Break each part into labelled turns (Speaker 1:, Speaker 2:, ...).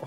Speaker 1: お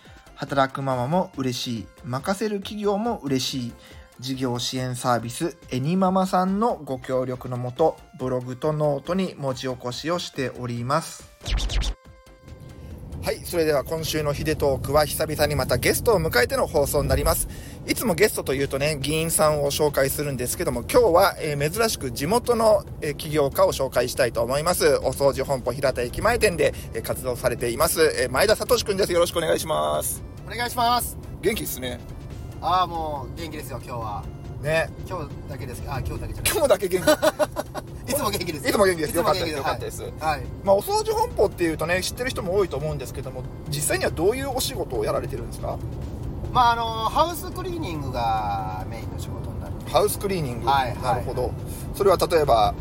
Speaker 1: 働くママも嬉しい任せる企業も嬉しい事業支援サービスエニママさんのご協力のもとブログとノートに文字起こしをしておりますはいそれでは今週の「ヒデトーク」は久々にまたゲストを迎えての放送になりますいつもゲストというとね議員さんを紹介するんですけども今日は、えー珍しく地元の、えー起業家を紹介したいと思いますお掃除本舗平田駅前店で、えー活動されています、えー前田聡くんですよろしくお願いします
Speaker 2: お願いします
Speaker 1: 元気ですね
Speaker 2: ああもう元気ですよ今日は
Speaker 1: ね
Speaker 2: 今日だけですあー今日だけじゃない
Speaker 1: 今日だけ元気
Speaker 2: いつも元気です
Speaker 1: いつも元気です
Speaker 2: いつも元気
Speaker 1: よかったですよ
Speaker 2: はい、はい
Speaker 1: まあお掃除本舗っていうとね知ってる人も多いと思うんですけども実際にはどういうお仕事をやられてるんですか
Speaker 2: まああのハウスクリーニングがメインの仕事になる
Speaker 1: ハウスクリーニング、
Speaker 2: はいはい
Speaker 1: なるほどそれは例えば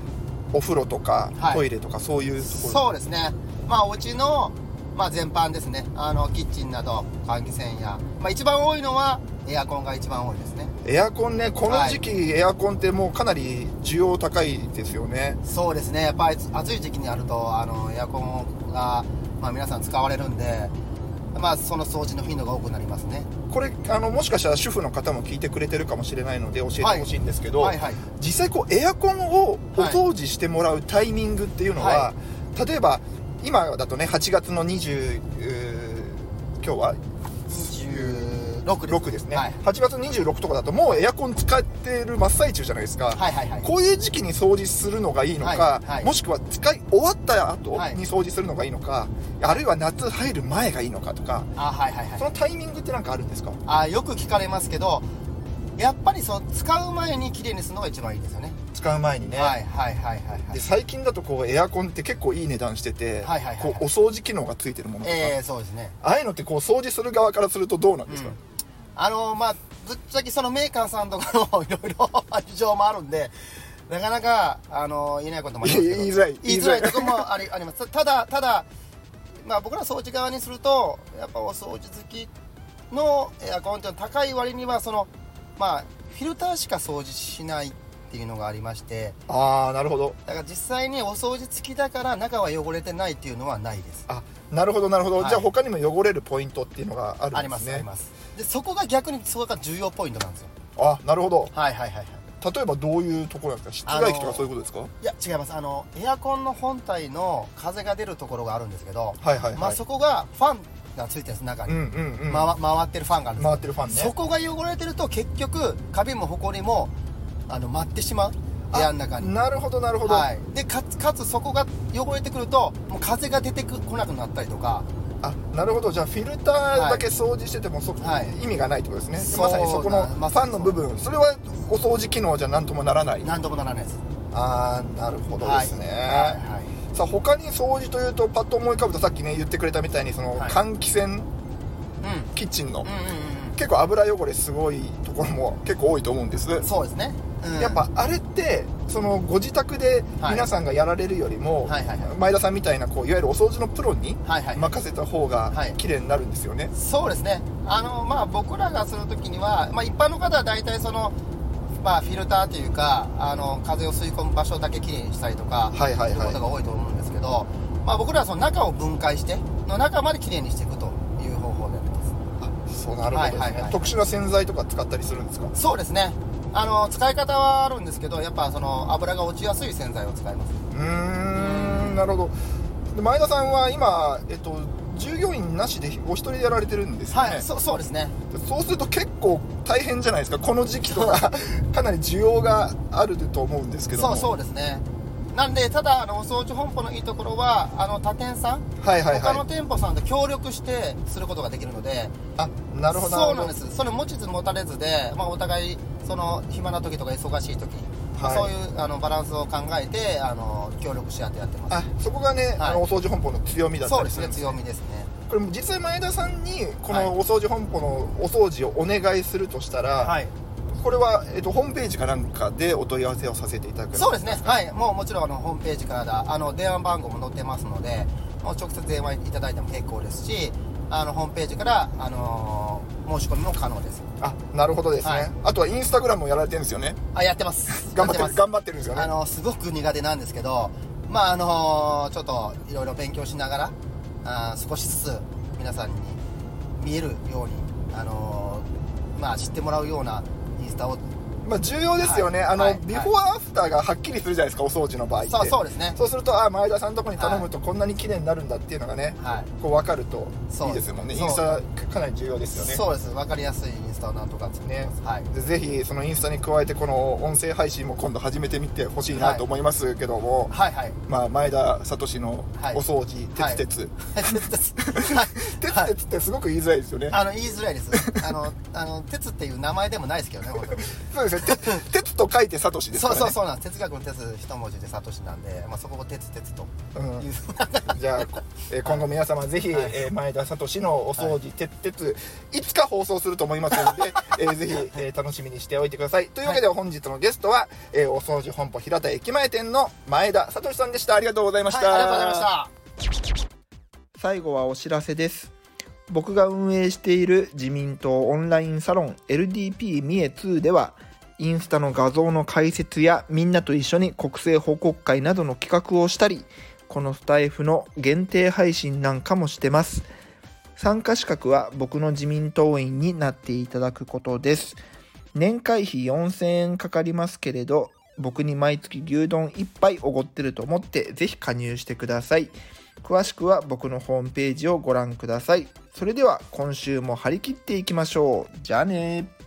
Speaker 1: お風呂とか、
Speaker 2: はい
Speaker 1: トイレとかそういうところ
Speaker 2: そうですねまあお家のまあ全般ですねあのキッチンなど換気扇やまあ一番多いのはエアコンが一番多いですね
Speaker 1: エアコンねこの時期、エアコンってもうかなり需要高いですよね
Speaker 2: そうですねやっぱり暑い時期になるとあのエアコンが、まあ、皆さん使われるんでまあその掃除の頻度が多くなりますね
Speaker 1: これあのもしかしたら主婦の方も聞いてくれてるかもしれないので教えてほしいんですけど、
Speaker 2: はいはい
Speaker 1: 実際こうエアコンをお
Speaker 2: はい
Speaker 1: 掃除してもらうタイミングっていうのは、例えば今だとね8月の20えー今日は
Speaker 2: 26です
Speaker 1: 6ですね、
Speaker 2: はい
Speaker 1: 8月26とかだともうエアコン使ってる真っ最中じゃないですか、
Speaker 2: はいはいはい
Speaker 1: こういう時期に掃除するのがいいのか、
Speaker 2: はいはい
Speaker 1: もしくは使い終わった後
Speaker 2: はい
Speaker 1: に掃除するのがいいのか、あるいは夏入る前がいいのかとか
Speaker 2: あはいはいはい
Speaker 1: そのタイミングってなんかあるんですか
Speaker 2: あよく聞かれますけどやっぱりそう使う前に綺麗にするのが一番いいですよね
Speaker 1: 使う前にね、
Speaker 2: はいはいはいはいはい
Speaker 1: で最近だとこうエアコンって結構いい値段してて、
Speaker 2: はいはいはいはい
Speaker 1: こうお掃除機能がついてるものとか、
Speaker 2: ええそうですね
Speaker 1: ああいうのってこう掃除する側からするとどうなんですか、
Speaker 2: うんあのまあぶっちゃけそのメーカーさんとかのいろいろ事情もあるんでなかなかあの言えないこともありますけど
Speaker 1: 言いづらい
Speaker 2: 言いづらいとこもありありますただただ、まあ、僕ら掃除側にするとやっぱお掃除好きのエアコンっていうのは高い割にはそのまあフィルターしか掃除しないっていうのがありまして
Speaker 1: ああなるほど
Speaker 2: だから実際にお掃除付きだから中は汚れてないっていうのはないです
Speaker 1: あなるほどなるほど、
Speaker 2: はい
Speaker 1: じゃあ他にも汚れるポイントっていうのがある
Speaker 2: あ
Speaker 1: んで
Speaker 2: りますす
Speaker 1: ね
Speaker 2: ありますでそこが逆にそこが重要ポイントなんですよ
Speaker 1: あなるほど
Speaker 2: はいはいはいはい
Speaker 1: 例えばどういうところなんですか室外機とかそういうことですか、
Speaker 2: いや違いますあのエアコンの本体の風が出るところがあるんですけど、
Speaker 1: はいはいはい、
Speaker 2: まあ、そこがファンがついてるんです中
Speaker 1: う
Speaker 2: に、
Speaker 1: んうんうん、
Speaker 2: まわ回ってるファンがあるんです
Speaker 1: 回ってるファンね
Speaker 2: そこが汚れてると結局カビもホコリもあの舞ってしまう部屋の中に
Speaker 1: なるほどなるほど、
Speaker 2: はい、でかつかつそこが汚れてくるともう風が出てこなくなったりとか
Speaker 1: あなるほどじゃあフィルターだけ掃除しててもそ、
Speaker 2: はい
Speaker 1: 意味がないってことですね、
Speaker 2: そう
Speaker 1: まさにそこの
Speaker 2: ま
Speaker 1: フ
Speaker 2: さ
Speaker 1: ァ
Speaker 2: に
Speaker 1: ン
Speaker 2: そ
Speaker 1: の部
Speaker 2: う
Speaker 1: 分それはお掃除機能じゃ何ともならない
Speaker 2: 何ともならないです
Speaker 1: ああなるほどですね、
Speaker 2: はいはいはい
Speaker 1: さあ他に掃除というとパッと思い浮かぶとさっきね言ってくれたみたいにその
Speaker 2: はい
Speaker 1: 換気扇
Speaker 2: う
Speaker 1: キッチンの、
Speaker 2: ん、うんうんうん
Speaker 1: 結構油汚れすごいところも結構多いと思うんです
Speaker 2: うんそうですね、うん
Speaker 1: やっぱあれってそのご自宅で
Speaker 2: はい
Speaker 1: 皆さんがやられるよりも、
Speaker 2: はいはいは
Speaker 1: 前田さんみたいなこういわゆるお掃除のプロに
Speaker 2: はいはい
Speaker 1: 任せた方が
Speaker 2: はい
Speaker 1: 綺麗になるんですよね、
Speaker 2: そうですねあの、まあ、僕らがするときには、まあ、一般の方は大体その、まあ、フィルターというかあの風を吸い込む場所だけきれいにしたりとか
Speaker 1: はいはいはい
Speaker 2: することが多いと思うんですけど、まあ、僕らはその中を分解しての中まできれいにしていくという方法でやってます
Speaker 1: そうなるほどですね、
Speaker 2: はいはいはい
Speaker 1: 特殊な洗剤とか使ったりするんですか
Speaker 2: そうですねあの使い方はあるんですけどやっぱその油が落ちやすい洗剤を使います
Speaker 1: うーんなるほどで前田さんは今、えっと、従業員なしでお一人でやられてるんですよね、
Speaker 2: はい、そそうですね
Speaker 1: そうすると結構大変じゃないですかこの時期と かかなり需要があると思うんですけど
Speaker 2: そ
Speaker 1: も
Speaker 2: うそうですねなんでただあのお掃除本舗のいいところはあの他店さん
Speaker 1: はいはい
Speaker 2: 他の
Speaker 1: は
Speaker 2: 店舗さんと協力してすることができるので
Speaker 1: いあなるほど
Speaker 2: そうなん
Speaker 1: るほど
Speaker 2: ですそれ持ちつ持たれずで、まあ、お互いその暇な時とか忙しい時、
Speaker 1: はい
Speaker 2: そういうあのバランスを考えてあの協力し合ってやってます
Speaker 1: あそこがね、
Speaker 2: はい
Speaker 1: あのお掃除本舗の強みだった
Speaker 2: そう
Speaker 1: り
Speaker 2: ですす
Speaker 1: る
Speaker 2: ね
Speaker 1: んです
Speaker 2: 強みですね
Speaker 1: これ実際前田さんにこ
Speaker 2: はい
Speaker 1: のお掃除本舗のお掃除をお願いするとしたら、
Speaker 2: はい、
Speaker 1: これは、えっと、ホームページかなんかでお問い合わせをさせていただく
Speaker 2: そうですね、はい、もうもちろんあのホームページからだあの電話番号も載ってますので、もう直接電話いただいても結構ですし、あのホームページから、あのー申し込みも可能です。
Speaker 1: あなるほどですね、
Speaker 2: はい
Speaker 1: あとはインスタグラムもやられてるんですよね
Speaker 2: あやってます、
Speaker 1: 頑張って
Speaker 2: や
Speaker 1: る頑張ってるんですよね
Speaker 2: あのすごく苦手なんですけど、まああのちょっといろいろ勉強しながらあー少しずつ皆さんに見えるように、あのーまあ、知ってもらうようなインスタを
Speaker 1: まあ、重要ですよね、
Speaker 2: はい
Speaker 1: あの、
Speaker 2: はい
Speaker 1: ビフォーアフターがはっきりするじゃないですかお掃除の場合って
Speaker 2: そうそうですね
Speaker 1: そうするとあ前田さんのとこに頼むとこんなに綺麗になるんだっていうのがね、
Speaker 2: はい
Speaker 1: こう分かると
Speaker 2: そう
Speaker 1: いいですもんねイ
Speaker 2: そう
Speaker 1: ンスタかなり重要ですよね
Speaker 2: そうです分かりやすいインスタをなんとか作ってます、はい、
Speaker 1: でぜひそのインスタに加えてこの音声配信も今度始めてみてほしいなと思いますけども、
Speaker 2: は いはい
Speaker 1: まあ、前田聡の
Speaker 2: はい
Speaker 1: お掃除、
Speaker 2: はい
Speaker 1: てつてつ
Speaker 2: はい
Speaker 1: て
Speaker 2: は
Speaker 1: つて
Speaker 2: い
Speaker 1: つってすごく言いづらいですよね、
Speaker 2: あの言いづらいですあのあの鉄っていう名前でもないですけどね本当に
Speaker 1: そうですねて鉄と書いて聡ですか
Speaker 2: そう
Speaker 1: らね
Speaker 2: そうそうなんです哲学の鉄一文字でサトシなんで、まあ、そこを鉄鉄と
Speaker 1: うん
Speaker 2: いう
Speaker 1: じゃあ、えー今後皆様ぜひ、
Speaker 2: はい
Speaker 1: えー前田聡のお掃除、てってついつか放送すると思いますの で、えーぜひ、えー楽しみにしておいてくださいというわけで、本日のゲストは、えーお掃除本舗平田駅前店の前田聡さんでしたありがとうございました、
Speaker 2: はい、ありがとうございました
Speaker 1: 最後はお知らせです僕が運営している自民党オンラインサロン LDP 三重2ではインスタの画像の解説やみんなと一緒に国政報告会などの企画をしたりこのスタイフの限定配信なんかもしてます参加資格は僕の自民党員になっていただくことです年会費4000円かかりますけれど僕に毎月牛丼1杯おごってると思ってぜひ加入してください詳しくは僕のホームページをご覧くださいそれでは今週も張り切っていきましょうじゃあねー